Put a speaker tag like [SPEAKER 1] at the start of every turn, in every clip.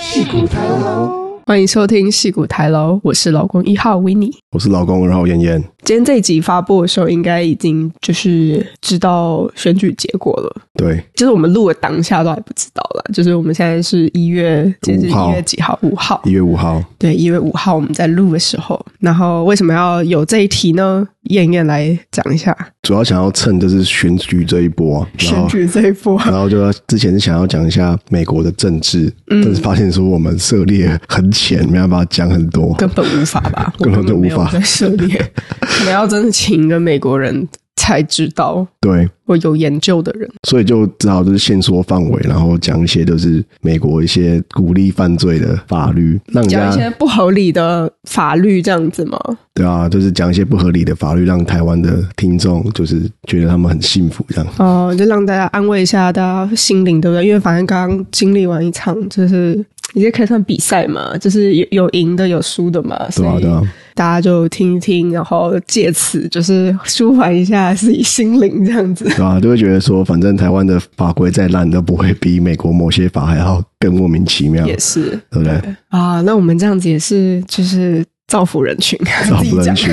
[SPEAKER 1] 戏骨台楼，
[SPEAKER 2] 欢迎收听戏骨台楼，我是老公一号 w i n n i e
[SPEAKER 1] 我是老公二号燕燕。
[SPEAKER 2] 今天这一集发布的时候，应该已经就是知道选举结果了。
[SPEAKER 1] 对，
[SPEAKER 2] 其实我们录的当下都还不知道啦，就是我们现在是一月，截至
[SPEAKER 1] 五号
[SPEAKER 2] 一月几号？五号
[SPEAKER 1] 一。月五号，
[SPEAKER 2] 对，一月五号我们在录的时候，然后为什么要有这一题呢？燕燕来讲一下
[SPEAKER 1] 主要想要趁就是选举这一波，啊然
[SPEAKER 2] 选
[SPEAKER 1] 后
[SPEAKER 2] 举这一波。
[SPEAKER 1] 然后就要之前是想要讲一下美国的政治，
[SPEAKER 2] 嗯
[SPEAKER 1] 但是发现说我们涉猎很浅，没办法讲很多。
[SPEAKER 2] 根本无法吧，我
[SPEAKER 1] 根本就无法
[SPEAKER 2] 没有在涉猎，可能要真的请一个美国人才知道，
[SPEAKER 1] 对，
[SPEAKER 2] 我有研究的人。
[SPEAKER 1] 所以就只好就是限缩范围，然后讲一些就是美国一些鼓励犯罪的法律，让人
[SPEAKER 2] 讲一些
[SPEAKER 1] 家
[SPEAKER 2] 不合理的法律这样子吗？
[SPEAKER 1] 对啊，就是讲一些不合理的法律，让台湾的听众就是觉得他们很幸福这样。
[SPEAKER 2] 哦、就让大家安慰一下大家心灵，对不对？因为反正刚刚经历完一场，就是你这可以算比赛嘛，就是有有赢的，有输的嘛，
[SPEAKER 1] 对
[SPEAKER 2] 所
[SPEAKER 1] 啊，
[SPEAKER 2] 以
[SPEAKER 1] 对啊，
[SPEAKER 2] 大家就听一听，然后借此就是舒缓一下自己心灵这样子。
[SPEAKER 1] 对啊，就会觉得说，反正台湾的法规再烂，都不会比美国某些法还要更莫名其妙，
[SPEAKER 2] 也是
[SPEAKER 1] 对不对？
[SPEAKER 2] 啊，那我们这样子也是就是造福人群，
[SPEAKER 1] 造
[SPEAKER 2] 自己
[SPEAKER 1] 福人
[SPEAKER 2] 讲
[SPEAKER 1] 群。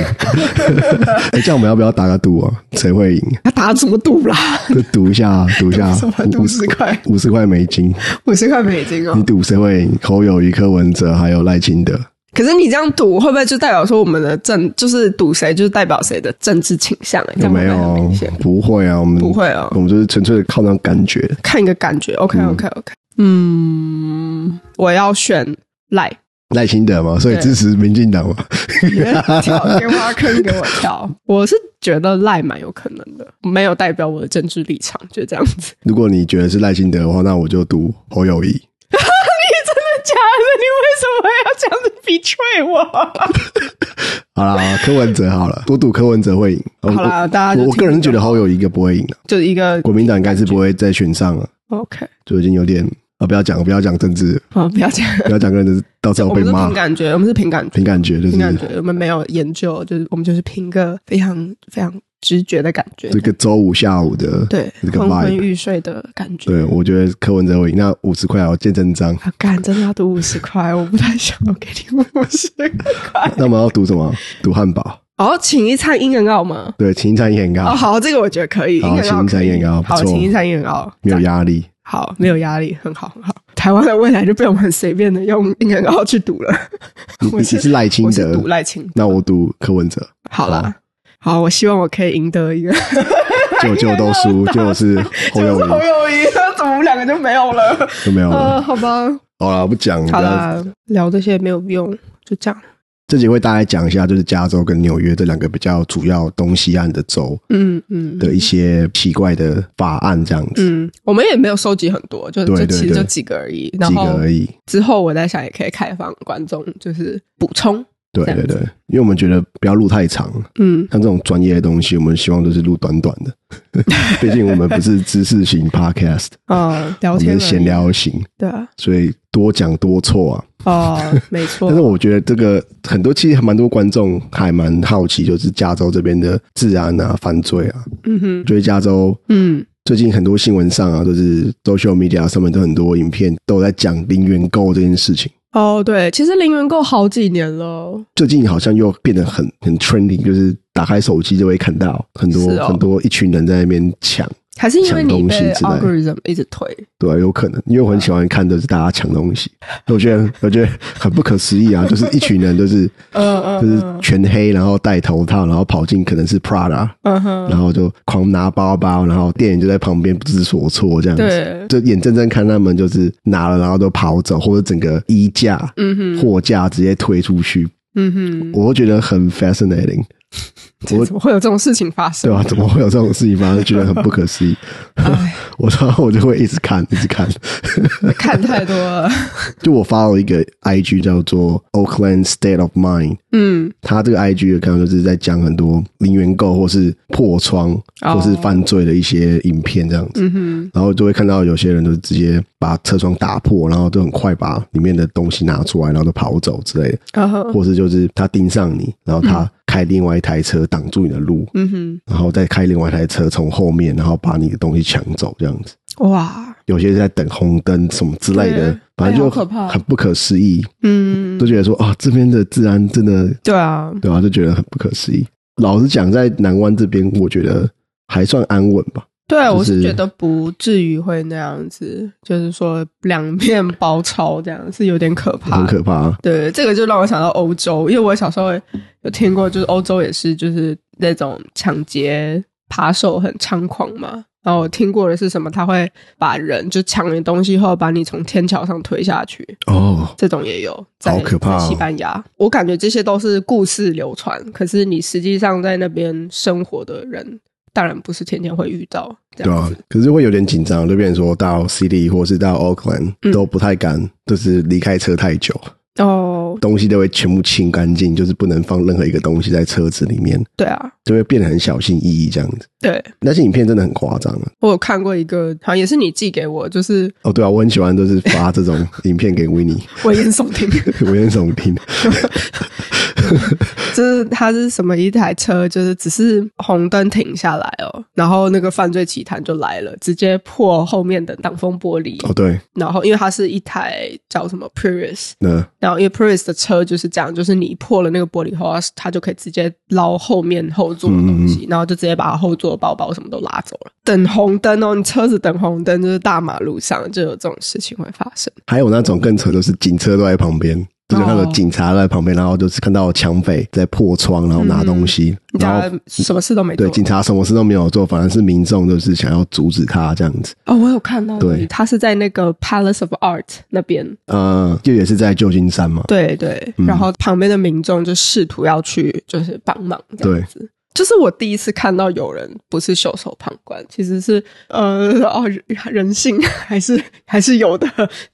[SPEAKER 1] 哎，这样我们要不要打个赌啊？谁会赢？
[SPEAKER 2] 他打什么赌啦？
[SPEAKER 1] 就赌一下啊，赌一下啊
[SPEAKER 2] 什么，
[SPEAKER 1] 五
[SPEAKER 2] 赌十块，
[SPEAKER 1] 五十块美金，
[SPEAKER 2] 五十块美金哦
[SPEAKER 1] 你。赌谁会赢？侯友谊、柯文哲还有赖清德，
[SPEAKER 2] 可是你这样赌，会不会就代表说我们的政就是赌谁，就是代表谁的政治倾向、欸？这
[SPEAKER 1] 有没有
[SPEAKER 2] 样会不会很明显？？
[SPEAKER 1] 不会啊，我们
[SPEAKER 2] 不，会哦，
[SPEAKER 1] 我们就是纯粹靠那种感觉。
[SPEAKER 2] 看一个感觉。OK OK OK，嗯，我要选赖，
[SPEAKER 1] 赖清德嘛，所以
[SPEAKER 2] 对
[SPEAKER 1] 支持民进党嘛。
[SPEAKER 2] 跳给挖坑给我跳。我是觉得赖蛮有可能的，没有代表我的政治立场，就这样 子。
[SPEAKER 1] 如果你觉得是赖清德的话，那我就赌侯友谊。
[SPEAKER 2] 真的假的？你为什么要这样子 betray 我？
[SPEAKER 1] 好啦，柯文哲好了，我赌柯文哲会赢。我
[SPEAKER 2] 好啦，大家
[SPEAKER 1] 我
[SPEAKER 2] 啊就
[SPEAKER 1] 我个人觉得
[SPEAKER 2] 好，
[SPEAKER 1] 侯友谊一个不会赢 的，
[SPEAKER 2] 就是一个
[SPEAKER 1] 国民党应该是不会再选上了，
[SPEAKER 2] OK
[SPEAKER 1] 就已经有点啊，不要讲不要讲政 治，
[SPEAKER 2] 好，不要这样。
[SPEAKER 1] 不要讲个人，到时候
[SPEAKER 2] 我
[SPEAKER 1] 被
[SPEAKER 2] 们是
[SPEAKER 1] 骂
[SPEAKER 2] 凭。感觉，我们是凭感觉。
[SPEAKER 1] 凭感觉就是
[SPEAKER 2] 凭感觉，我们没有研究，就是我们就是凭个非常非常直觉的感觉，
[SPEAKER 1] 这个周五下午的，
[SPEAKER 2] 对
[SPEAKER 1] 这个
[SPEAKER 2] 昏
[SPEAKER 1] vibe
[SPEAKER 2] 昏欲睡的感觉。
[SPEAKER 1] 对，我觉得柯文哲会赢。那五十块哦，见真章。
[SPEAKER 2] 啊，干，真的要赌五十块，我不太想给你五十块。
[SPEAKER 1] 那我们要赌什 么？赌汉堡。
[SPEAKER 2] 哦，请一餐英人澳吗？
[SPEAKER 1] 对，芹菜也很
[SPEAKER 2] 哦，
[SPEAKER 1] 高，
[SPEAKER 2] 好，这个我觉得可以，
[SPEAKER 1] 啊好
[SPEAKER 2] 英人澳
[SPEAKER 1] 请一
[SPEAKER 2] 可以
[SPEAKER 1] 餐英人澳不
[SPEAKER 2] 好，
[SPEAKER 1] 错
[SPEAKER 2] 请一餐英人澳，
[SPEAKER 1] 没有压力。
[SPEAKER 2] 好，没有压力，很好，很好。台湾的未来就被我们随便的用英人澳去赌了。
[SPEAKER 1] 你你
[SPEAKER 2] 我
[SPEAKER 1] 你
[SPEAKER 2] 是
[SPEAKER 1] 是赖清
[SPEAKER 2] 我是
[SPEAKER 1] 德
[SPEAKER 2] 赌，赖清，
[SPEAKER 1] 那我赌柯文 哲，
[SPEAKER 2] 好啦，好，我希望我可以赢得一个。
[SPEAKER 1] 结果结果都 输，结果是侯友
[SPEAKER 2] 就是侯
[SPEAKER 1] 谊，
[SPEAKER 2] 友谊，那怎么我们两个就没有了？
[SPEAKER 1] 有没有
[SPEAKER 2] 呃，
[SPEAKER 1] 了？
[SPEAKER 2] 好吧，
[SPEAKER 1] 好啦，不讲，不
[SPEAKER 2] 好
[SPEAKER 1] 要
[SPEAKER 2] 啦，聊这些没有用，就这样。
[SPEAKER 1] 这集会大概讲一下，就是加州跟纽约这两个比较主要东西岸的州
[SPEAKER 2] 嗯嗯
[SPEAKER 1] 的一些奇怪的法案这样子，
[SPEAKER 2] 嗯，我们也没有收集很多，就
[SPEAKER 1] 对
[SPEAKER 2] 就
[SPEAKER 1] 对
[SPEAKER 2] 其实就
[SPEAKER 1] 对
[SPEAKER 2] 几个而已。嗯然
[SPEAKER 1] 几个
[SPEAKER 2] 后
[SPEAKER 1] 而已。
[SPEAKER 2] 之后我在想，也可以开放观众就是补充。
[SPEAKER 1] 对
[SPEAKER 2] 这样
[SPEAKER 1] 对
[SPEAKER 2] 子
[SPEAKER 1] 对，因为我们觉得不要录太长，
[SPEAKER 2] 嗯，
[SPEAKER 1] 像这种专业的东西，我们希望都是录短短 的。毕竟我们不是知识型 podcast，
[SPEAKER 2] 啊，聊
[SPEAKER 1] 我
[SPEAKER 2] 天
[SPEAKER 1] 们
[SPEAKER 2] 而已
[SPEAKER 1] 是闲，聊型，
[SPEAKER 2] 对啊，
[SPEAKER 1] 所以多讲多错啊。
[SPEAKER 2] 哦，没错
[SPEAKER 1] 但是。我觉得这个很多，其实蛮多观众还蛮好奇，就是加州这边的治安啊、犯罪啊，
[SPEAKER 2] 嗯哼，
[SPEAKER 1] 觉得加州
[SPEAKER 2] 嗯，
[SPEAKER 1] 最近很多新闻上啊，都是 social media 上面都很多影片都有在讲零元购这件事情。
[SPEAKER 2] 哦，对，其实零元购好几年了，
[SPEAKER 1] 最近好像又变得很很 trending，就是打开手机就会看到很多、
[SPEAKER 2] 是哦
[SPEAKER 1] 很多一群人在那边抢，
[SPEAKER 2] 还是因为你
[SPEAKER 1] 抢东西
[SPEAKER 2] 被
[SPEAKER 1] 之类
[SPEAKER 2] algorithm 一直推，
[SPEAKER 1] 对、啊，有可能，因为我很喜欢看的是大家抢东西，我觉得我觉得很不可思议啊，就是一群人就是
[SPEAKER 2] 嗯嗯
[SPEAKER 1] 就是全黑，然后戴头套，然后跑进可能是 Prada，
[SPEAKER 2] 嗯哼，
[SPEAKER 1] 然后就狂拿包包，然后店员就在旁边不知所措这样子。
[SPEAKER 2] 对，
[SPEAKER 1] 就眼睁睁看他们就是拿了，然后都跑走，或者整个衣架、
[SPEAKER 2] 嗯哼，
[SPEAKER 1] 货架直接推出去，
[SPEAKER 2] 嗯哼，
[SPEAKER 1] 我会觉得很 fascinating，
[SPEAKER 2] 这怎么会有这种事情发生？
[SPEAKER 1] 对吧、啊怎么会有这种事情发生？觉得很不可思议。
[SPEAKER 2] 哎
[SPEAKER 1] 我然后我就会一直看，一直看。 啊
[SPEAKER 2] 看太多 了。
[SPEAKER 1] 就我发了一个 IG 叫做 Oakland State of Mind，
[SPEAKER 2] 嗯，
[SPEAKER 1] 他这个 IG 的看到就是在讲很多零元购或是破窗
[SPEAKER 2] 哦
[SPEAKER 1] 或是犯罪的一些影片这样子。
[SPEAKER 2] 嗯哼，
[SPEAKER 1] 然后就会看到有些人就直接把车窗打破，然后就很快把里面的东西拿出来，然后就跑走之类的，
[SPEAKER 2] 然后，
[SPEAKER 1] 或是就是他盯上你，然后他开另外一台车挡住你的路，
[SPEAKER 2] 嗯
[SPEAKER 1] 然后再开另外一台车从后面，然后把你的东西抢走这样子。
[SPEAKER 2] 哼，哇，
[SPEAKER 1] 有些是在等红灯什么之类的
[SPEAKER 2] 对，
[SPEAKER 1] 反正就
[SPEAKER 2] 哎好可怕
[SPEAKER 1] 很不可思议，
[SPEAKER 2] 嗯，
[SPEAKER 1] 都觉得说啊、这边的治安真的
[SPEAKER 2] 对啊，
[SPEAKER 1] 对吧、就觉得很不可思议。老实讲，在南湾这边，我觉得还算安稳吧。
[SPEAKER 2] 对啊，
[SPEAKER 1] 就
[SPEAKER 2] 我是
[SPEAKER 1] 是
[SPEAKER 2] 觉得不至于会那样子，就是说两面包抄这样是有点可怕
[SPEAKER 1] 很
[SPEAKER 2] 的。
[SPEAKER 1] 可怕，啊
[SPEAKER 2] 对，这个就让我想到欧洲，因为我小时候有听过，就是欧洲也是就是那种抢劫扒手很猖狂嘛。然后我听过的是什么？他会把人就抢你东西后，把你从天桥上推下去，
[SPEAKER 1] 哦，
[SPEAKER 2] 这种也有，在
[SPEAKER 1] 好可怕哦
[SPEAKER 2] 在西班牙，我感觉这些都是故事流传，可是你实际上在那边生活的人，当然不是天天会遇到这
[SPEAKER 1] 对
[SPEAKER 2] 样
[SPEAKER 1] 啊
[SPEAKER 2] 子。，
[SPEAKER 1] 可是会有点紧张。就变成说到 CD 或是到 Oakland
[SPEAKER 2] 嗯
[SPEAKER 1] 都不太敢，就是离开车太久，
[SPEAKER 2] 哦，
[SPEAKER 1] 东西都会全部清干净，就是不能放任何一个东西在车子里面，
[SPEAKER 2] 对啊，
[SPEAKER 1] 就会变得很小心翼翼这样子。
[SPEAKER 2] 对
[SPEAKER 1] 那些影片真的很夸张啊！
[SPEAKER 2] 我有看过一个，好像也是你寄给我，就是
[SPEAKER 1] 哦，对啊，我很喜欢就是发这种影片给维尼，
[SPEAKER 2] 危言耸听，
[SPEAKER 1] 我很总听。
[SPEAKER 2] 就是他是什么一台车，就是只是红灯停下来哦，然后那个犯罪奇谈就来了，直接破后面的挡风玻璃，
[SPEAKER 1] 哦，对，
[SPEAKER 2] 然后因为它是一台叫什么 Prius，
[SPEAKER 1] 那
[SPEAKER 2] 然后因为 Prius 的车就是这样，就是你破了那个玻璃后，它它就可以直接捞后面后座
[SPEAKER 1] 嗯
[SPEAKER 2] 的东西，然后就直接把后座的包包什么都拉走了。等红灯哦，你车子等红灯，就是大马路上就有这种事情会发生。
[SPEAKER 1] 还有那种更扯，就是警车都在旁边，就是看到
[SPEAKER 2] 哦
[SPEAKER 1] 警察在旁边，然后就是看到抢匪在破窗，然后拿东西，
[SPEAKER 2] 嗯你
[SPEAKER 1] 然
[SPEAKER 2] 家
[SPEAKER 1] 后
[SPEAKER 2] 什么事都没做
[SPEAKER 1] 对警察什么事都没有做，反而是民众就是想要阻止他这样子。
[SPEAKER 2] 哦，我有看到，
[SPEAKER 1] 对
[SPEAKER 2] 他是在那个 Palace of Art 那边，
[SPEAKER 1] 呃，就也是在旧金山嘛，
[SPEAKER 2] 对对，
[SPEAKER 1] 嗯
[SPEAKER 2] 然后旁边的民众就试图要去就是帮忙这样子。就是我第一次看到有人不是袖手旁观，其实是呃哦人人性 还是还是有的。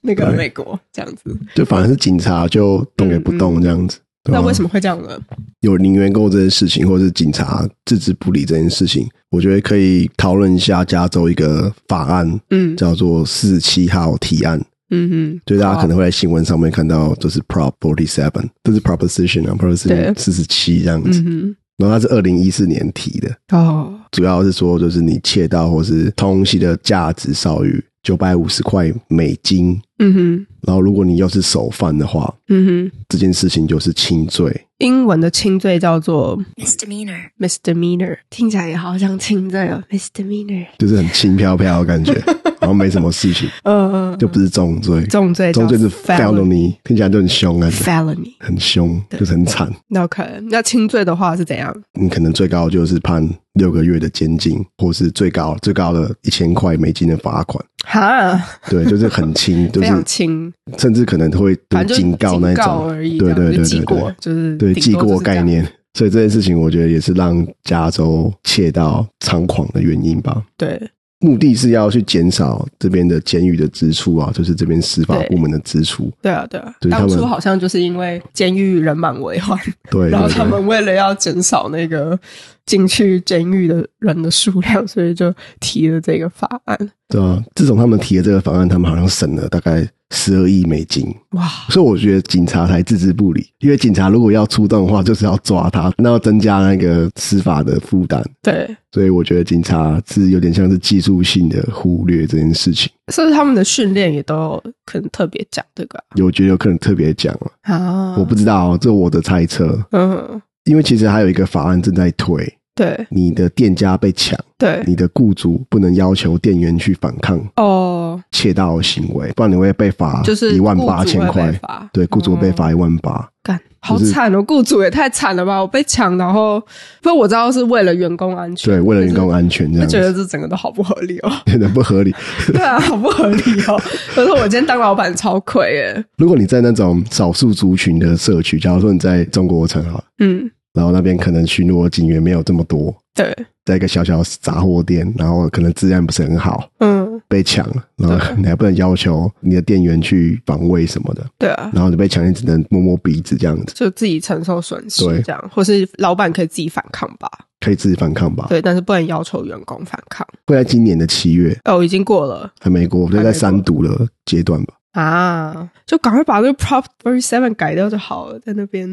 [SPEAKER 2] 那个
[SPEAKER 1] 对
[SPEAKER 2] 美国这样子，
[SPEAKER 1] 就反而是警察就动也不动这样子。对啊
[SPEAKER 2] 那
[SPEAKER 1] 吧
[SPEAKER 2] 为什么会这样呢？
[SPEAKER 1] 有零元购这件事情，或者是警察置之不理这件事情，我觉得可以讨论一下加州一个法案，
[SPEAKER 2] 嗯
[SPEAKER 1] 叫做四十七号提案。
[SPEAKER 2] 嗯嗯，
[SPEAKER 1] 就大家可
[SPEAKER 2] 好
[SPEAKER 1] 能会在新闻上面看到，就是 Prop Forty Seven，这是 Proposition 啊
[SPEAKER 2] 对
[SPEAKER 1] ，Proposition 四十七这样子。
[SPEAKER 2] 嗯
[SPEAKER 1] 然后它是二零一四年提的，
[SPEAKER 2] 哼哦
[SPEAKER 1] 主要是说就是你窃盗或是偷东西的价值少于九百五十块美金，
[SPEAKER 2] 嗯哼
[SPEAKER 1] 然后如果你又是首犯的话，
[SPEAKER 2] 嗯哼，
[SPEAKER 1] 这件事情就是轻罪。
[SPEAKER 2] 英文的轻罪叫做
[SPEAKER 3] misdemeanor.
[SPEAKER 2] misdemeanor，听起来也好像轻罪哦，misdemeanor。
[SPEAKER 1] 就是很轻飘飘的 感觉，然后没什么事情，
[SPEAKER 2] 呃，
[SPEAKER 1] 就不是重罪。
[SPEAKER 2] 重罪叫
[SPEAKER 1] 嗯重罪是
[SPEAKER 2] felony
[SPEAKER 1] felony，听起来就很凶啊，
[SPEAKER 2] felony。
[SPEAKER 1] 很凶，就是很惨。
[SPEAKER 2] 那 OK，那轻罪的话是怎样？
[SPEAKER 1] 你可能最高就是判六个月的监禁，或是最高最高的一千块美金的罚款。
[SPEAKER 2] 哈，
[SPEAKER 1] 对，就是很轻，就
[SPEAKER 2] 非常
[SPEAKER 1] 是
[SPEAKER 2] 轻，
[SPEAKER 1] 甚至可能会
[SPEAKER 2] 反正
[SPEAKER 1] 警告那一
[SPEAKER 2] 警告
[SPEAKER 1] 种。
[SPEAKER 2] 而已，
[SPEAKER 1] 对
[SPEAKER 2] 这样
[SPEAKER 1] 对
[SPEAKER 2] 就
[SPEAKER 1] 对
[SPEAKER 2] 记
[SPEAKER 1] 对
[SPEAKER 2] 过就是
[SPEAKER 1] 对
[SPEAKER 2] 顶
[SPEAKER 1] 记
[SPEAKER 2] 多就是
[SPEAKER 1] 过
[SPEAKER 2] 这
[SPEAKER 1] 概
[SPEAKER 2] 样。
[SPEAKER 1] 念，所以这件事情我觉得也是让加州窃盗猖狂的原因吧。
[SPEAKER 2] 对，
[SPEAKER 1] 目的是要去减少这边的监狱的支出啊，就是这边司法
[SPEAKER 2] 对
[SPEAKER 1] 部门的支出。
[SPEAKER 2] 对啊，对啊。
[SPEAKER 1] 对他
[SPEAKER 2] 当
[SPEAKER 1] 们
[SPEAKER 2] 初好像就是因为监狱人满为患，
[SPEAKER 1] 对，
[SPEAKER 2] 然后
[SPEAKER 1] 对
[SPEAKER 2] 他
[SPEAKER 1] 对
[SPEAKER 2] 们为了要减少那个进去监狱的人的数量，所以就提了这个法案。
[SPEAKER 1] 对啊，自从他们提了这个方案，他们好像省了大概十二亿美金，
[SPEAKER 2] 哇，
[SPEAKER 1] 所以我觉得警察才置之不理，因为警察如果要出动的话，就是要抓他，那要增加那个司法的负担，
[SPEAKER 2] 对，
[SPEAKER 1] 所以我觉得警察是有点像是技术性的忽略这件事情，
[SPEAKER 2] 是不是他们的训练也都可能特别讲这个
[SPEAKER 1] 有觉得有可能特别讲了，
[SPEAKER 2] 啊啊？
[SPEAKER 1] 我不知道、哦，这我的猜测，
[SPEAKER 2] 嗯，
[SPEAKER 1] 因为其实还有一个法案正在推，
[SPEAKER 2] 对
[SPEAKER 1] 你的店家被抢，
[SPEAKER 2] 对，
[SPEAKER 1] 你的雇主不能要求店员去反抗
[SPEAKER 2] 哦，
[SPEAKER 1] 窃盗行为，不然你会被罚
[SPEAKER 2] 就是
[SPEAKER 1] 啊一万八千
[SPEAKER 2] 雇主会
[SPEAKER 1] 块
[SPEAKER 2] 被。罚
[SPEAKER 1] 对，雇主会被
[SPEAKER 2] 哦
[SPEAKER 1] 罚一万八、
[SPEAKER 2] 干，好
[SPEAKER 1] 就是
[SPEAKER 2] 惨哦！雇主也太惨了吧！我被抢，然后不过我知道是为了员工安全，
[SPEAKER 1] 对，为了员工安全这
[SPEAKER 2] 我
[SPEAKER 1] 样
[SPEAKER 2] 觉
[SPEAKER 1] 子，
[SPEAKER 2] 得这整个都好不合理哦。
[SPEAKER 1] 有点不合理。
[SPEAKER 2] 对啊，好不合理 哦！可是我今天当老板超亏耶。
[SPEAKER 1] 如果你在那种少数族群的社区，假如说你在中国城啊，
[SPEAKER 2] 嗯，
[SPEAKER 1] 然后那边可能巡逻警员没有这么多，
[SPEAKER 2] 对，
[SPEAKER 1] 在一个小小杂货店，然后可能治安不是很好，
[SPEAKER 2] 嗯，
[SPEAKER 1] 被 抢了，然后
[SPEAKER 2] 对
[SPEAKER 1] 你还不能要求你的店员去防卫什么的，
[SPEAKER 2] 对啊，
[SPEAKER 1] 然后你被抢，你只能摸摸鼻子这样子，
[SPEAKER 2] 就自己承受损失
[SPEAKER 1] 对
[SPEAKER 2] 这样，或是老板可以自己反抗吧？
[SPEAKER 1] 可以自己反抗吧？
[SPEAKER 2] 对，但是不能要求员工反抗。
[SPEAKER 1] 会在今年的七月，
[SPEAKER 2] 哦，已经过了
[SPEAKER 1] 还没过，就
[SPEAKER 2] 还没
[SPEAKER 1] 在
[SPEAKER 2] 过
[SPEAKER 1] 三读的阶段吧，
[SPEAKER 2] 啊，就赶快把这个 Prop Thirty Seven 改掉就好了，在那边。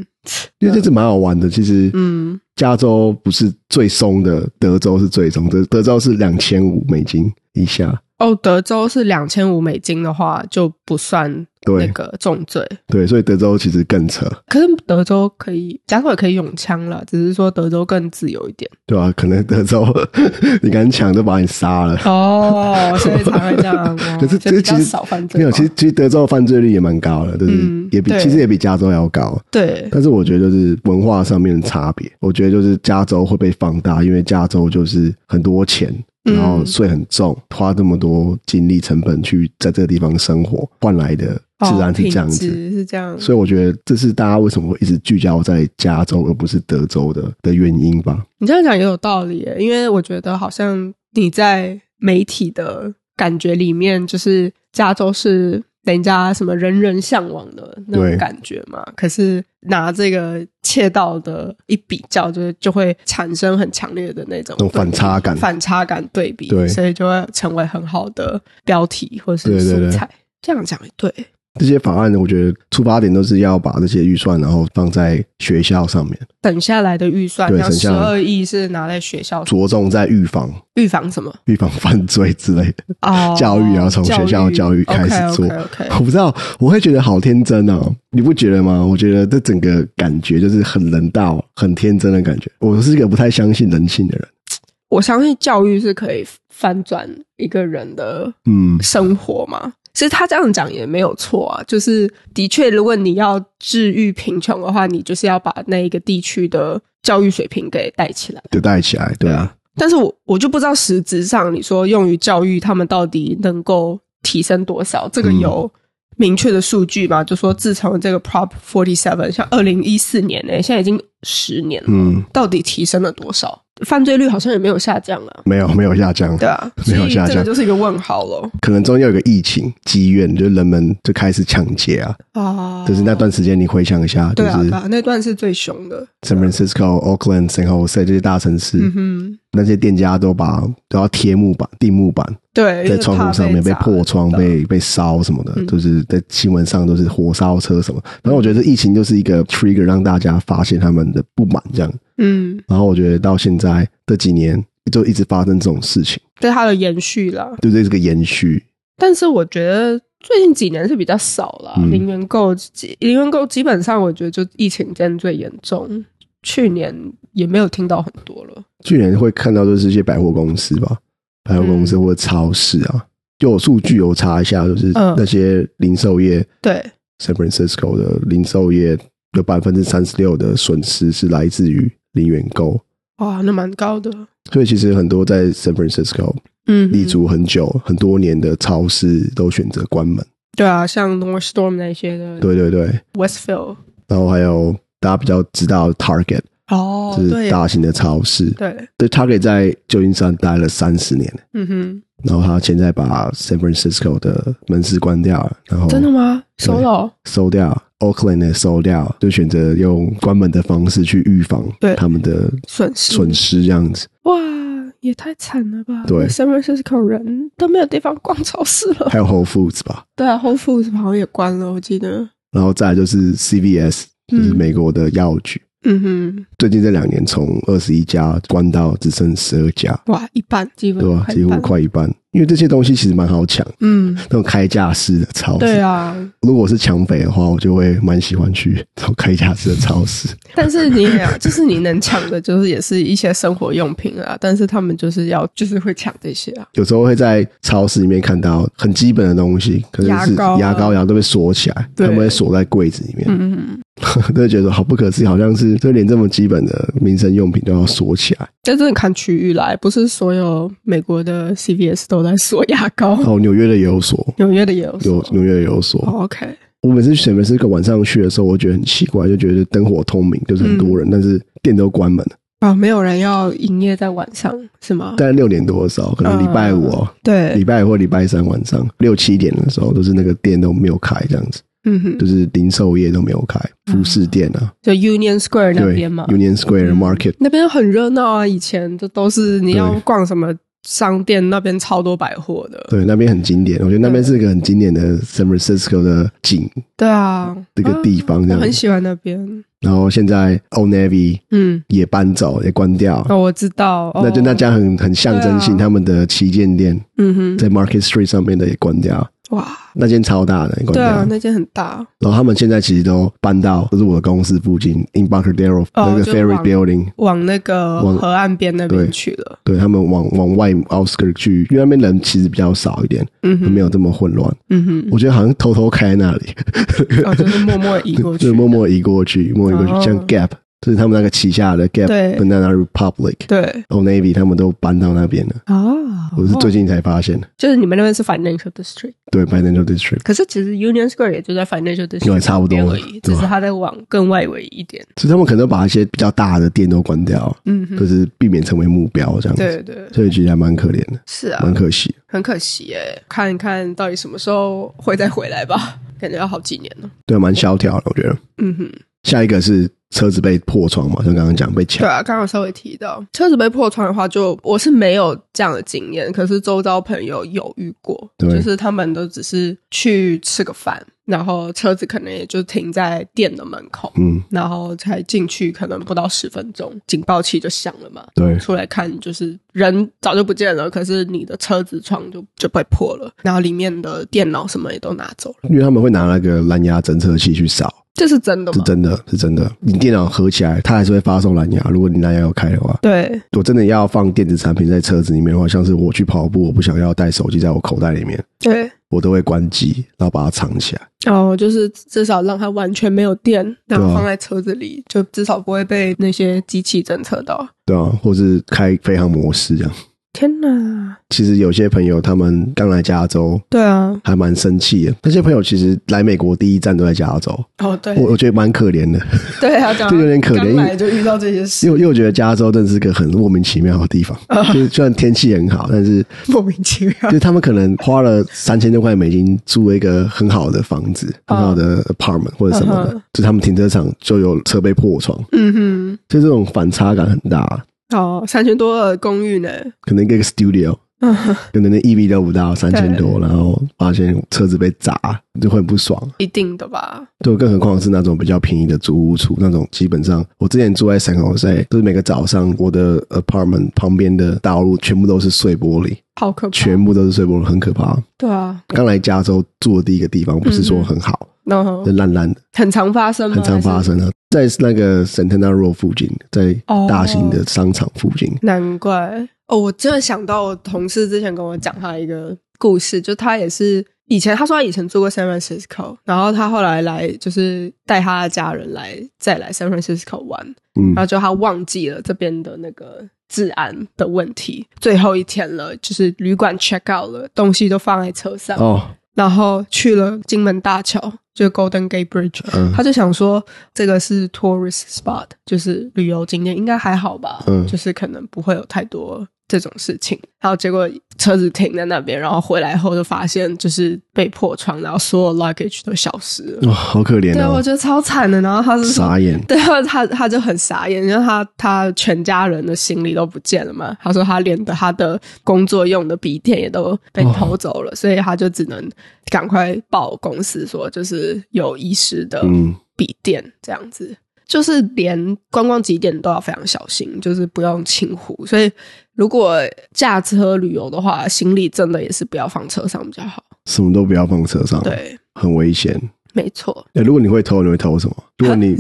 [SPEAKER 1] 因为这次蛮好玩的，其实，
[SPEAKER 2] 嗯，
[SPEAKER 1] 加州不是最松的，德州是最松的，德州是两千五美金以下，
[SPEAKER 2] 哦，德州是两千五美金的话就不算
[SPEAKER 1] 对
[SPEAKER 2] 那个重罪，
[SPEAKER 1] 对，所以德州其实更扯，
[SPEAKER 2] 可是德州可以，加州也可以用枪了，只是说德州更自由一 点。
[SPEAKER 1] 对吧、可能德州 你敢抢都把你杀了。
[SPEAKER 2] 哦，所以才会这样。哦
[SPEAKER 1] 可是
[SPEAKER 2] 就
[SPEAKER 1] 这
[SPEAKER 2] 比
[SPEAKER 1] 其
[SPEAKER 2] 较
[SPEAKER 1] 实
[SPEAKER 2] 少犯罪吧。
[SPEAKER 1] 没有，其实其实德州的犯罪率也蛮高的，就是
[SPEAKER 2] 嗯
[SPEAKER 1] 也比、
[SPEAKER 2] 对
[SPEAKER 1] 其实也比加州要高。
[SPEAKER 2] 对
[SPEAKER 1] 但是我觉得就是文化上面的差别，我觉得就是加州会被放大，因为加州就是很多钱，
[SPEAKER 2] 嗯
[SPEAKER 1] 然后税很重，花这么多精力成本去在这个地方生活，换来的自然是这样
[SPEAKER 2] 哦
[SPEAKER 1] 子。
[SPEAKER 2] 品质是这样。
[SPEAKER 1] 所以我觉得这是大家为什么会一直聚焦在加州而不是德州的的原因吧。
[SPEAKER 2] 你这样讲也有道理耶，因为我觉得好像你在媒体的感觉里面，就是加州是人家什么人人向往的那
[SPEAKER 1] 对
[SPEAKER 2] 种感觉嘛。可是拿这个切到的一比较，就是就会产生很强烈的那种
[SPEAKER 1] 那种反差感
[SPEAKER 2] 对比反差感对比，
[SPEAKER 1] 对
[SPEAKER 2] 所以就会成为很好的标题或是
[SPEAKER 1] 对对对
[SPEAKER 2] 素材。这样讲也对，
[SPEAKER 1] 这些法案呢，我觉得出发点都是要把这些预算，然后放在学校上面，
[SPEAKER 2] 省下来的预算，
[SPEAKER 1] 对
[SPEAKER 2] 像
[SPEAKER 1] 省
[SPEAKER 2] 十
[SPEAKER 1] 下来
[SPEAKER 2] 二亿是拿在学校
[SPEAKER 1] 着重在预防、
[SPEAKER 2] 预防什么？
[SPEAKER 1] 预防犯罪之类的。
[SPEAKER 2] 哦，
[SPEAKER 1] 教育啊要从学校教育开始做
[SPEAKER 2] o k
[SPEAKER 1] 我不知道，我会觉得好天真哦，你不觉得吗？我觉得这整个感觉就是很人道、很天真的感觉。我是一个不太相信人性的人，
[SPEAKER 2] 我相信教育是可以翻转一个人的
[SPEAKER 1] 嗯，
[SPEAKER 2] 生活嘛。其实他这样讲也没有错啊，就是的确，如果你要治愈贫穷的话，你就是要把那一个地区的教育水平给带起来。
[SPEAKER 1] 就带起来，对啊，
[SPEAKER 2] 但是我我就不知道实质上你说用于教育，他们到底能够提升多少？这个
[SPEAKER 1] 嗯
[SPEAKER 2] 有明确的数据吗？就说自从这个 Prop Forty Seven，像二零一四年呢、现在已经十年了，
[SPEAKER 1] 嗯，
[SPEAKER 2] 到底提升了多少？犯罪率好像也没有下降啊。
[SPEAKER 1] 没有没有下降，
[SPEAKER 2] 对啊，
[SPEAKER 1] 没有
[SPEAKER 2] 所以
[SPEAKER 1] 下降
[SPEAKER 2] 这个就是一个问号了
[SPEAKER 1] 可能中间有个疫情积怨，就是人们就开始抢劫啊，
[SPEAKER 2] 啊
[SPEAKER 1] 就是那段时间你回想一下，就
[SPEAKER 2] 对啊，
[SPEAKER 1] 是
[SPEAKER 2] 对啊，那段是最凶的，
[SPEAKER 1] San Francisco、Oakland、San Jose 这些大城市，
[SPEAKER 2] 嗯哼，
[SPEAKER 1] 那些店家都把都要贴木板、钉木板
[SPEAKER 2] 对，因
[SPEAKER 1] 在
[SPEAKER 2] 为
[SPEAKER 1] 窗
[SPEAKER 2] 怕
[SPEAKER 1] 户上面被
[SPEAKER 2] 砸
[SPEAKER 1] 破窗、被被烧什么的，
[SPEAKER 2] 嗯
[SPEAKER 1] 就是在新闻上都是火烧车什么。然后我觉得这疫情就是一个 trigger 让大家发现他们的不满这样。
[SPEAKER 2] 嗯，
[SPEAKER 1] 然后我觉得到现在这几年就一直发生这种事情，
[SPEAKER 2] 对它的延续啦。
[SPEAKER 1] 对对这个延续，
[SPEAKER 2] 但是我觉得最近几年是比较少了，
[SPEAKER 1] 嗯
[SPEAKER 2] 零元购，零元购基本上我觉得就疫情间最严重，去年也没有听到很多了。
[SPEAKER 1] 去年会看到就是一些百货公司吧，百货公司或者超市啊，就有数据我查一下，就是
[SPEAKER 2] 嗯
[SPEAKER 1] 那些零售业。
[SPEAKER 2] 对，
[SPEAKER 1] San Francisco 的零售业有百分之三十六的损失是来自于零元购，
[SPEAKER 2] 哇，那蛮高的，
[SPEAKER 1] 所以其实很多在 San Francisco
[SPEAKER 2] 嗯，
[SPEAKER 1] 立足很久、很多年的超市都选择关门。
[SPEAKER 2] 对啊，像 North Storm 那些的
[SPEAKER 1] 对对对，
[SPEAKER 2] Westfield，
[SPEAKER 1] 然后还有大家比较知道的 Target，
[SPEAKER 2] 哦，
[SPEAKER 1] 就
[SPEAKER 2] 对
[SPEAKER 1] 是大型的超市。
[SPEAKER 2] 对，
[SPEAKER 1] 对 Target 在旧金山待了三十年，
[SPEAKER 2] 嗯哼。
[SPEAKER 1] 然后他现在把 San Francisco 的门市关掉了，然后
[SPEAKER 2] 真的吗？收了
[SPEAKER 1] 收掉。Oakland 也收掉，就选择用关门的方式去预防
[SPEAKER 2] 对
[SPEAKER 1] 他们的
[SPEAKER 2] 损失，
[SPEAKER 1] 损失，这样子。
[SPEAKER 2] 哇，也太惨了吧！
[SPEAKER 1] 对
[SPEAKER 2] ，San Francisco 人都没有地方逛超市了。
[SPEAKER 1] 还有 Whole Foods 吧，
[SPEAKER 2] 对啊，Whole Foods 好像也关了，我记得。
[SPEAKER 1] 然后再来就是 CVS，就是
[SPEAKER 2] 嗯
[SPEAKER 1] 美国的药局。
[SPEAKER 2] 嗯
[SPEAKER 1] 最近这两年从二十一家关到只剩十二家，
[SPEAKER 2] 哼，哇，一半，基本
[SPEAKER 1] 对吧、
[SPEAKER 2] 嗯快一
[SPEAKER 1] 几乎
[SPEAKER 2] 半。
[SPEAKER 1] 快一半。因为这些东西其实蛮好抢，
[SPEAKER 2] 嗯，
[SPEAKER 1] 那种开架式的超市。
[SPEAKER 2] 对，啊，
[SPEAKER 1] 如果我是抢匪的话，我就会蛮喜欢去这种开架式的超市。
[SPEAKER 2] 但是你 也就是你能抢的，就是也是一些生活用品啊，但是他们就是要就是会抢这些啊。
[SPEAKER 1] 有时候会在超市里面看到很基本的东西，可能是
[SPEAKER 2] 牙膏啊
[SPEAKER 1] 牙膏、牙都被锁起来，他
[SPEAKER 2] 对
[SPEAKER 1] 们会锁在柜子里面，
[SPEAKER 2] 嗯嗯嗯，
[SPEAKER 1] 都会觉得好不可思议，好像是就连这么基本的民生用品都要锁起来。
[SPEAKER 2] 但真的看区域来，不是所有美国的 CVS 都在锁牙膏，
[SPEAKER 1] 哦，纽约的也有锁，
[SPEAKER 2] 纽约的也有嗯锁。
[SPEAKER 1] 有纽约也有锁。
[SPEAKER 2] 哦，OK，
[SPEAKER 1] 我每次去 San Francisco 晚上去的时候，我觉得很奇怪，就觉得灯火通明，就是很多人，
[SPEAKER 2] 嗯
[SPEAKER 1] 但是店都关门了。
[SPEAKER 2] 啊，没有人要营业在晚上是吗？
[SPEAKER 1] 大概六点多的时候，可能礼拜五、哦，
[SPEAKER 2] 对
[SPEAKER 1] 礼、拜五或礼拜三晚上六七点的时候，都是那个店都没有开，这样子，
[SPEAKER 2] 嗯哼
[SPEAKER 1] 就，是零售业都没有开，服饰店啊，
[SPEAKER 2] 就 Union Square 那
[SPEAKER 1] 对
[SPEAKER 2] 边嘛，嗯
[SPEAKER 1] ，Union Square Market，、
[SPEAKER 2] 那边很热闹啊。以前就都是你要
[SPEAKER 1] 对
[SPEAKER 2] 逛什么商店那边超多百货的。
[SPEAKER 1] 对，那边很经典，我觉得那边是一个很经典的
[SPEAKER 2] 嗯
[SPEAKER 1] San Francisco 的景
[SPEAKER 2] 对啊，
[SPEAKER 1] 这个地方这
[SPEAKER 2] 我
[SPEAKER 1] 样。
[SPEAKER 2] 很喜欢那边。
[SPEAKER 1] 然后现在 Old Navy
[SPEAKER 2] 嗯，
[SPEAKER 1] 也搬走，也关掉，
[SPEAKER 2] 哦，我知道。哦、
[SPEAKER 1] 那就那家很很象征性，
[SPEAKER 2] 对啊
[SPEAKER 1] 他们的旗舰店
[SPEAKER 2] 嗯
[SPEAKER 1] 在 Market Street 上面的也关掉，
[SPEAKER 2] 哼，哇，
[SPEAKER 1] 那间超大的也关
[SPEAKER 2] 对
[SPEAKER 1] 掉。
[SPEAKER 2] 啊，那间很大。
[SPEAKER 1] 然后他们现在其实都搬到就是我的公司附近 Embarcadero、那个
[SPEAKER 2] 哦就
[SPEAKER 1] Ferry
[SPEAKER 2] 往
[SPEAKER 1] Building，
[SPEAKER 2] 往那个
[SPEAKER 1] 往
[SPEAKER 2] 河岸边那边
[SPEAKER 1] 对
[SPEAKER 2] 去了。
[SPEAKER 1] 对他们往往外 outskirt 去，因为那边人其实比较少一点，
[SPEAKER 2] 嗯哼，
[SPEAKER 1] 没有这么混乱。
[SPEAKER 2] 嗯哼，
[SPEAKER 1] 我觉得好像偷偷开那里，
[SPEAKER 2] 哦，就是默默移过去
[SPEAKER 1] 就。默默移过去，默默移过去，
[SPEAKER 2] 哦
[SPEAKER 1] 像 Gap，就是他们那个旗下的 Gap
[SPEAKER 2] 对
[SPEAKER 1] Banana Republic、
[SPEAKER 2] 对
[SPEAKER 1] Old Navy，他们都搬到那边了。
[SPEAKER 2] 啊，
[SPEAKER 1] 我是最近才发现的，
[SPEAKER 2] 就是你们那边是 financial district，
[SPEAKER 1] 对 Financial District，
[SPEAKER 2] 可是其实 Union Square 也就在 financial district
[SPEAKER 1] 对差不多
[SPEAKER 2] 旁边而已，只
[SPEAKER 1] 对吧
[SPEAKER 2] 是它在往更外围一点。
[SPEAKER 1] 所以他们可能把一些比较大的店都关掉，
[SPEAKER 2] 嗯
[SPEAKER 1] 就
[SPEAKER 2] 哼，
[SPEAKER 1] 是避免成为目标这样子。
[SPEAKER 2] 对对，
[SPEAKER 1] 所以其实还蛮可怜的，
[SPEAKER 2] 是啊
[SPEAKER 1] 蛮，可惜的。
[SPEAKER 2] 很可惜耶，看一看到底什么时候会再回来吧， 感觉要好几年了。
[SPEAKER 1] 对，蛮萧条的，我觉得。
[SPEAKER 2] 嗯哼，
[SPEAKER 1] 下一个是车子被破窗嘛，像刚刚讲被
[SPEAKER 2] 对
[SPEAKER 1] 抢，
[SPEAKER 2] 啊，刚刚有稍微提到车子被破窗的话就，我是没有这样的经验，可是周遭朋友有遇过，
[SPEAKER 1] 对
[SPEAKER 2] 就是他们都只是去吃个饭，然后车子可能也就停在店的门口，
[SPEAKER 1] 嗯，
[SPEAKER 2] 然后才进去，可能不到十分钟，警报器就响了嘛。
[SPEAKER 1] 对，
[SPEAKER 2] 出来看，就是人早就不见了，可是你的车子窗就就被破了，然后里面的电脑什么也都拿走了，
[SPEAKER 1] 因为他们会拿那个蓝牙侦测器去扫，
[SPEAKER 2] 这是真的
[SPEAKER 1] 是
[SPEAKER 2] 吗？
[SPEAKER 1] 真的，是真的。你电脑合起来，它还是会发送蓝牙，如果你蓝牙有开的话。
[SPEAKER 2] 对，
[SPEAKER 1] 我真的要放电子产品在车子里面的话，像是我去跑步，我不想要带手机在我口袋里面，
[SPEAKER 2] 对，
[SPEAKER 1] 我都会关机，然后把它藏起来。
[SPEAKER 2] 哦，就是至少让它完全没有电，然后
[SPEAKER 1] 对啊
[SPEAKER 2] 放在车子里，就至少不会被那些机器侦测到。
[SPEAKER 1] 对啊，或是开飞行模式这样。
[SPEAKER 2] 天哪，
[SPEAKER 1] 其实有些朋友他们刚来加州，
[SPEAKER 2] 对啊，
[SPEAKER 1] 还蛮生气的。那些朋友其实来美国第一站都在加州，
[SPEAKER 2] 哦对
[SPEAKER 1] 我我觉得蛮可怜的，
[SPEAKER 2] 对啊，讲
[SPEAKER 1] 就有点可怜
[SPEAKER 2] 刚来就遇到这些
[SPEAKER 1] 因
[SPEAKER 2] 事，
[SPEAKER 1] 为因为我觉得加州真的是个很莫名其妙的地方。就是虽然天气很好，但是
[SPEAKER 2] 莫名其妙
[SPEAKER 1] 就。是他们可能花了三千多块美金租了一个很好的房子、很
[SPEAKER 2] 嗯
[SPEAKER 1] 好的 apartment 或者什么的
[SPEAKER 2] 嗯哼
[SPEAKER 1] 就他们停车场就有车被破窗，
[SPEAKER 2] 嗯
[SPEAKER 1] 就这种反差感很大。
[SPEAKER 2] 哼，哦，三千多的公寓呢？
[SPEAKER 1] 可能一个 studio
[SPEAKER 2] 嗯哼，
[SPEAKER 1] 可能连 EV 都不到三千多，然后发现车子被砸，就会很不爽。
[SPEAKER 2] 一定的吧？
[SPEAKER 1] 就更何况是那种比较便宜的租屋处，那种基本上我之前住在 San Jose，就是每个早上我的 apartment 旁边的道路全部都是碎玻璃，
[SPEAKER 2] 好可怕，
[SPEAKER 1] 全部都是碎
[SPEAKER 2] 嗯
[SPEAKER 1] 玻璃，很可怕。
[SPEAKER 2] 对啊，
[SPEAKER 1] 刚来加州住的第一个地方不是说很好，
[SPEAKER 2] 然后
[SPEAKER 1] 就烂烂的，
[SPEAKER 2] 很常发生吗？
[SPEAKER 1] 很常发
[SPEAKER 2] 还是。
[SPEAKER 1] 生的，在那个 Santana Road 附近，在
[SPEAKER 2] 哦
[SPEAKER 1] 大型的商场附近，
[SPEAKER 2] 难怪哦！我真的想到我同事之前跟我讲他一个故事，就他也是以前他说他以前住过 San Francisco，然后他后来来就是带他的家人来再来 San Francisco 玩，
[SPEAKER 1] 嗯
[SPEAKER 2] 然后就他忘记了这边的那个治安的问题。最后一天了，就是旅馆 check out 了，东西都放在车上，
[SPEAKER 1] 哦，
[SPEAKER 2] 然后去了金门大桥，就是 Golden Gate Bridge，、
[SPEAKER 1] 嗯
[SPEAKER 2] 他就想说这个是 tourist spot，就是旅游景点，应该还好吧，
[SPEAKER 1] 嗯
[SPEAKER 2] 就是可能不会有太多这种事情。然后结果车子停在那边，然后回来后就发现就是被破窗，然后所有 luggage 都消失了。
[SPEAKER 1] 哇、好可怜
[SPEAKER 2] 对，我
[SPEAKER 1] 哦，
[SPEAKER 2] 觉得超惨的。然后他是说
[SPEAKER 1] 傻眼，
[SPEAKER 2] 对啊，他他就很傻眼，因为他他全家人的行李都不见了嘛。他说他连的他的工作用的笔电也都被偷走了，所以他就只能赶快报公司说，就是有遗失的
[SPEAKER 1] 嗯，
[SPEAKER 2] 笔电这样子。就是连观光景点都要非常小心，就是不用轻忽。所以如果驾车旅游的话，行李真的也是不要放车上比较好。
[SPEAKER 1] 什么都不要放车上，，
[SPEAKER 2] 对，
[SPEAKER 1] 很危险。
[SPEAKER 2] 没错。
[SPEAKER 1] 哎，如果你会偷，你会偷什么？如果 你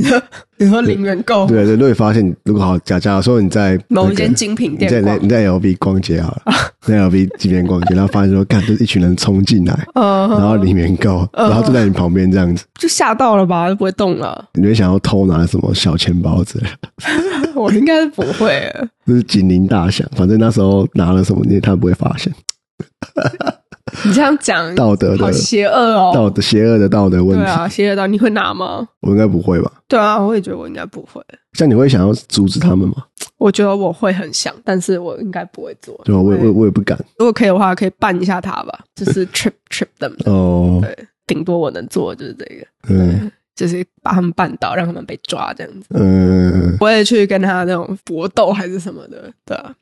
[SPEAKER 2] 你说零元购
[SPEAKER 1] 对对，如果你发现，如果好假假如说你在那
[SPEAKER 2] 某
[SPEAKER 1] 个
[SPEAKER 2] 一间精品
[SPEAKER 1] 你在
[SPEAKER 2] 店
[SPEAKER 1] 那
[SPEAKER 2] 逛，啊
[SPEAKER 1] 你在 LV 逛街好了，在 LV 这边逛街，然后发现说，干，就是一群人冲进来，
[SPEAKER 2] 嗯
[SPEAKER 1] 然后里面够，然后就在你旁边这样子，
[SPEAKER 2] 就吓到了吧，就不会动了。
[SPEAKER 1] 你会想要偷拿什么小钱包之类的，
[SPEAKER 2] 我应该是不会，
[SPEAKER 1] 就是警铃大响。反正那时候拿了什么，你他不会发现。
[SPEAKER 2] 你这样讲
[SPEAKER 1] 道德的
[SPEAKER 2] 嗯好邪恶哦。
[SPEAKER 1] 道德邪恶的道德问
[SPEAKER 2] 对
[SPEAKER 1] 题，
[SPEAKER 2] 啊，邪恶到你会拿吗？
[SPEAKER 1] 我应该不会吧？
[SPEAKER 2] 对啊，我也觉得我应该不会。
[SPEAKER 1] 像你会想要阻止他们吗？
[SPEAKER 2] 我觉得我会很想，但是我应该不会做。
[SPEAKER 1] 对吧？啊我也我也
[SPEAKER 2] 对
[SPEAKER 1] 我也不敢
[SPEAKER 2] 如果可以的话，可以绊一下他吧，就是 trip trip them。
[SPEAKER 1] 哦。
[SPEAKER 2] 顶多我能做的就是这个，
[SPEAKER 1] 嗯
[SPEAKER 2] 就是把他们绊倒，让他们被抓这样子。
[SPEAKER 1] 嗯，
[SPEAKER 2] 不会去跟他那种搏斗还是什么的，对啊。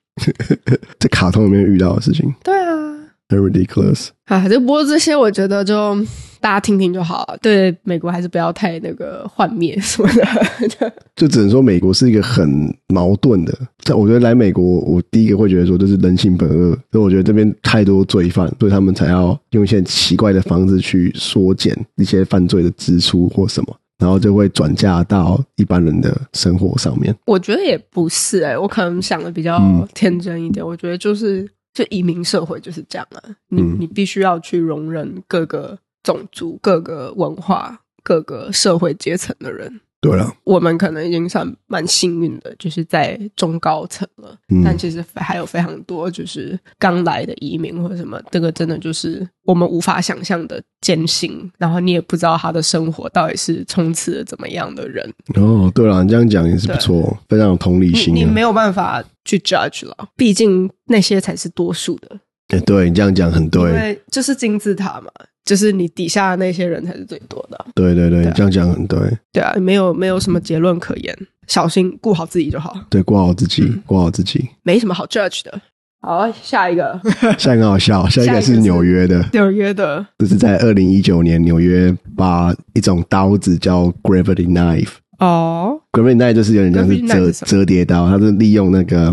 [SPEAKER 1] 在卡通里面遇到的事情，
[SPEAKER 2] 对啊，
[SPEAKER 1] 很 ridiculous。
[SPEAKER 2] 啊，就不过这些我觉得就大家听听就好了。对美国还是不要太那个幻灭什么的。
[SPEAKER 1] 就只能说美国是一个很矛盾的。在我觉得来美国，我第一个会觉得说，就是人性本恶，所以我觉得这边太多罪犯，所以他们才要用一些奇怪的方式去缩减一些犯罪的支出或什么，然后就会转嫁到一般人的生活上面。
[SPEAKER 2] 我觉得也不是哎、我可能想的比较天真一点。我觉得就是就移民社会就是这样啊，你、
[SPEAKER 1] 嗯
[SPEAKER 2] 你必须要去容忍各个种族、各个文化、各个社会阶层的人。
[SPEAKER 1] 对了，
[SPEAKER 2] 我们可能已经算蛮幸运的，就是在中高层了，
[SPEAKER 1] 嗯
[SPEAKER 2] 但其实还有非常多就是刚来的移民或者什么，这个真的就是我们无法想象的艰辛，然后你也不知道他的生活到底是充斥了怎么样的人，
[SPEAKER 1] 哦，对了，你这样讲也是不错，非常有同理
[SPEAKER 2] 你
[SPEAKER 1] 心
[SPEAKER 2] 你
[SPEAKER 1] 啊
[SPEAKER 2] 没。有办法去 judge 了，毕竟那些才是多数的，
[SPEAKER 1] 哎对你这样讲很
[SPEAKER 2] 因
[SPEAKER 1] 对，
[SPEAKER 2] 为就是金字塔嘛，就是你底下那些人才是最多的啊，
[SPEAKER 1] 对对对，
[SPEAKER 2] 对
[SPEAKER 1] 你这样讲很对。
[SPEAKER 2] 对啊，没有没有什么结论可言，小心顾好自己就好，
[SPEAKER 1] 对，过好自己，过好自己。
[SPEAKER 2] 没什么好 judge 的。好，下一个。
[SPEAKER 1] 下一个很好笑，下一
[SPEAKER 2] 下
[SPEAKER 1] 个
[SPEAKER 2] 一个是
[SPEAKER 1] 是纽约的，
[SPEAKER 2] 纽约的，
[SPEAKER 1] 这是在二零一九年纽约把一种刀子叫 gravity knife。
[SPEAKER 2] 哦
[SPEAKER 1] gravity knife 就是有点像
[SPEAKER 2] Gravity knife
[SPEAKER 1] 折
[SPEAKER 2] 是什么
[SPEAKER 1] 折叠刀，它是利用那个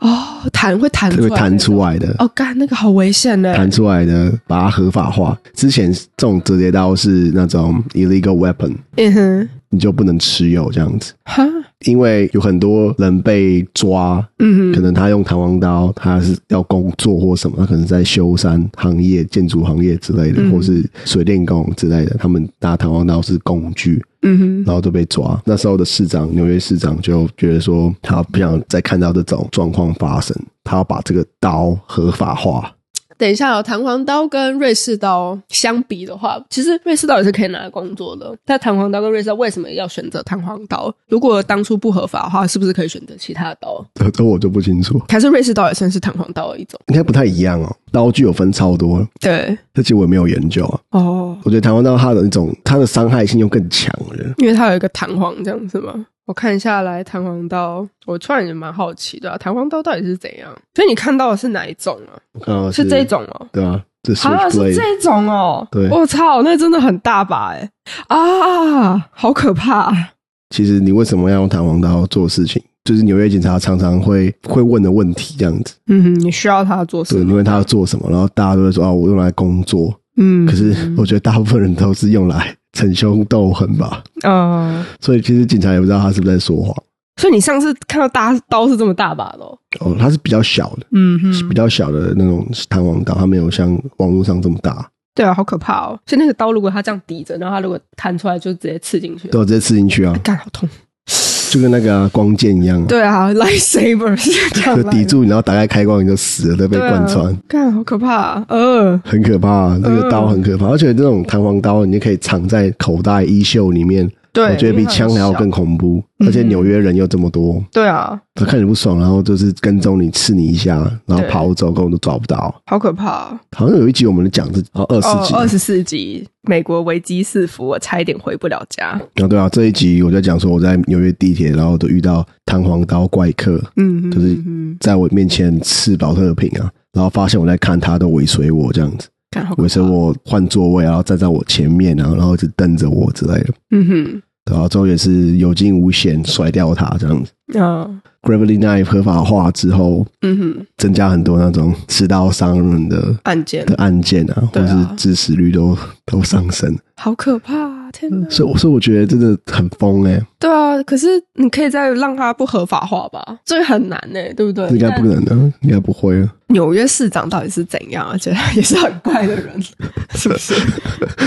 [SPEAKER 2] 哦，弹会弹出
[SPEAKER 1] 会
[SPEAKER 2] 来，
[SPEAKER 1] 弹出。来的，
[SPEAKER 2] 哦，干那个好危险呢！
[SPEAKER 1] 弹出来的，把它合法化。之前这种折叠刀是那种 illegal weapon，
[SPEAKER 2] 嗯哼，
[SPEAKER 1] 你就不能持有这样子，
[SPEAKER 2] 哈，
[SPEAKER 1] 因为有很多人被抓，
[SPEAKER 2] 嗯
[SPEAKER 1] 可
[SPEAKER 2] 哼，
[SPEAKER 1] 能他用弹簧刀，他是要工作或什么，他可能在修缮行业、建筑行业之类的，
[SPEAKER 2] 嗯
[SPEAKER 1] 或是水电工之类的，他们拿弹簧刀是工具，
[SPEAKER 2] 嗯哼，
[SPEAKER 1] 然后就被抓。那时候的市长，纽约市长就觉得说，他不想再看到这种状况发生，他要把这个刀合法化。
[SPEAKER 2] 等一下哦，弹簧刀跟瑞士刀相比的话，其实瑞士刀也是可以拿来工作的。但弹簧刀跟瑞士刀为什么要选择弹簧刀？如果当初不合法的话，是不是可以选择其他的刀？
[SPEAKER 1] 这这我就不清楚，
[SPEAKER 2] 还是瑞士刀也算是弹簧刀的一种？
[SPEAKER 1] 应该不太一样哦。刀具有分超多，
[SPEAKER 2] 对，
[SPEAKER 1] 这其实我也没有研究啊。
[SPEAKER 2] 哦，
[SPEAKER 1] 我觉得弹簧刀它的一种，它的伤害性又更强了。
[SPEAKER 2] 因为它有一个弹簧这样子嘛。我看下来，弹簧刀，我突然也蛮好奇的、啊，弹簧刀到底是怎样？所以你看到的是哪一种啊？
[SPEAKER 1] 我看到
[SPEAKER 2] 是这一，种哦，
[SPEAKER 1] 对啊，这
[SPEAKER 2] 啊，是
[SPEAKER 1] switchblade，、
[SPEAKER 2] 这一种哦。
[SPEAKER 1] 对
[SPEAKER 2] 我操，那真的很大把哎、啊，好可怕！
[SPEAKER 1] 其实你为什么要用弹簧刀做事情？就是纽约警察常常会会问的问题，这样子，
[SPEAKER 2] 嗯，你需要它做什
[SPEAKER 1] 对，
[SPEAKER 2] 么？
[SPEAKER 1] 因为他要做什么，然后大家都会说啊，我用来工作，
[SPEAKER 2] 嗯，
[SPEAKER 1] 可是我觉得大部分人都是用来逞凶斗狠吧，
[SPEAKER 2] 嗯、
[SPEAKER 1] 所以其实警察也不知道他是不是在说谎。
[SPEAKER 2] 所以你上次看到大刀是这么大把的、哦，
[SPEAKER 1] 哦，它是比较小的，
[SPEAKER 2] 嗯
[SPEAKER 1] 是比
[SPEAKER 2] 哼，
[SPEAKER 1] 较小的那种弹簧刀，它没有像网络上这么大。
[SPEAKER 2] 对啊，好可怕哦！所以那个刀如果它这样抵着，然后它如果弹出来就直接刺进去了，
[SPEAKER 1] 对，我直接刺进去啊，
[SPEAKER 2] 干好痛。
[SPEAKER 1] 就跟那个啊、光剑一样、啊，
[SPEAKER 2] 对啊，lightsaber 是这样
[SPEAKER 1] 就
[SPEAKER 2] 来的
[SPEAKER 1] 抵住你，然后打开开关，你就死了，都被
[SPEAKER 2] 啊对啊
[SPEAKER 1] 贯穿。
[SPEAKER 2] 干好可怕、呃，
[SPEAKER 1] 很可怕、这
[SPEAKER 2] 嗯
[SPEAKER 1] 个刀很可怕，而且这种弹簧刀，你就可以藏在口袋、衣袖里面，
[SPEAKER 2] 对，嗯
[SPEAKER 1] 我觉得比
[SPEAKER 2] 因为它很
[SPEAKER 1] 枪还要
[SPEAKER 2] 小
[SPEAKER 1] 更恐怖。而且纽约人又这么多，
[SPEAKER 2] 对啊，
[SPEAKER 1] 他看你不爽，然后就是跟踪你、刺你一下，然后
[SPEAKER 2] 对
[SPEAKER 1] 跑走，根本都抓不到。
[SPEAKER 2] 好可怕、哦。
[SPEAKER 1] 好像有一集我们讲这哦二十集，
[SPEAKER 2] 二十四集，美国危机四伏，我差一点回不了家。
[SPEAKER 1] 啊对啊，这一集我在讲说我在纽约地铁，然后都遇到弹簧刀怪客
[SPEAKER 2] 嗯，
[SPEAKER 1] 就是
[SPEAKER 2] 嗯，
[SPEAKER 1] 在我面前刺保特瓶啊，然后发现我在看他，都尾随我这样子，
[SPEAKER 2] 看好可怕
[SPEAKER 1] 尾随，我换座位，然后站在我前面啊，然后一直瞪着我之类的。
[SPEAKER 2] 嗯哼，
[SPEAKER 1] 然啊后最后也是有惊无险甩掉它这样子。
[SPEAKER 2] 嗯
[SPEAKER 1] Gravity Knife 合法化之后，
[SPEAKER 2] 嗯哼，
[SPEAKER 1] 增加很多那种持刀伤人的
[SPEAKER 2] 案件
[SPEAKER 1] 的案件啊，
[SPEAKER 2] 对
[SPEAKER 1] 或
[SPEAKER 2] 啊
[SPEAKER 1] 是致死率都都上升。
[SPEAKER 2] 好可怕啊，天哪！
[SPEAKER 1] 所以，所以我觉得真的很疯哎、欸，
[SPEAKER 2] 对啊，可是你可以再让它不合法化吧，这个很难呢、对不对？
[SPEAKER 1] 应该不可能的、应该不会啊。
[SPEAKER 2] 纽约市长到底是怎样啊？而且 也是很怪的人， 是不是？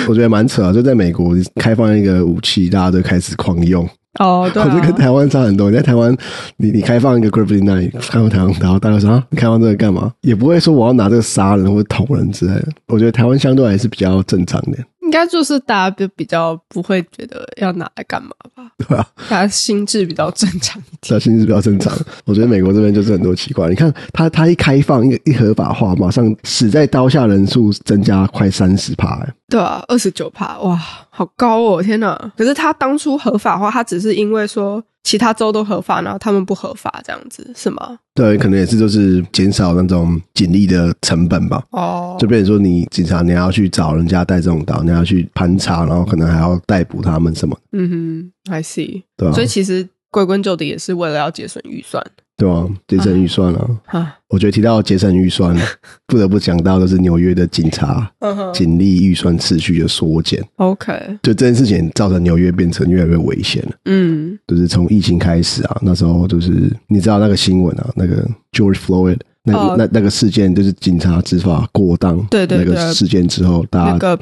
[SPEAKER 1] 我觉得蛮扯啊，就在美国开放一个武器，大家都开始狂用。
[SPEAKER 2] 哦，对
[SPEAKER 1] 我觉得跟
[SPEAKER 2] 啊，
[SPEAKER 1] 台湾差很多。你在台湾，你你开放一个 Gravity Knife，开放台湾刀，大家说啊，你开放这个干嘛？也不会说我要拿这个杀人或者捅人之类的。我觉得台湾相对还是比较正常的。
[SPEAKER 2] 应该就是大家就比较不会觉得要拿来干嘛吧，
[SPEAKER 1] 对啊，
[SPEAKER 2] 大家心智比较正常一点。
[SPEAKER 1] 这心是比较正常。我觉得美国这边就是很多奇怪，你看它它一开放一一合法化，马上死在刀下人数增加快三十趴，欸
[SPEAKER 2] 对啊，二十九趴，哇，好高哦！天哪！可是他当初合法化，他只是因为说其他州都合法，然后他们不合法这样子是吗？
[SPEAKER 1] 对，可能也是就是减少那种警力的成本吧。
[SPEAKER 2] 哦，
[SPEAKER 1] 就变成说，你警察你还要去找人家带这种刀，你还要去盘查，然后可能还要逮捕他们什么，
[SPEAKER 2] 嗯哼，I see。
[SPEAKER 1] 对吧、
[SPEAKER 2] 所以其实归根究底也是为了要节省预算
[SPEAKER 1] 对吧、节省预算啊，
[SPEAKER 2] 哈。
[SPEAKER 1] 我觉得提到节省预算，不得不讲到就是纽约的警察
[SPEAKER 2] 嗯哼
[SPEAKER 1] 警力预算持续的缩减，
[SPEAKER 2] ，OK，
[SPEAKER 1] 就这件事情造成纽约变成越来越危险了。
[SPEAKER 2] 嗯
[SPEAKER 1] 就是从疫情开始啊，那时候就是你知道那个新闻啊，那个 George Floyd 那个、
[SPEAKER 2] 哦
[SPEAKER 1] 那那个事件，就是警察执法过当，
[SPEAKER 2] 对对
[SPEAKER 1] 那
[SPEAKER 2] 对
[SPEAKER 1] 个事件之后，大家
[SPEAKER 2] 那个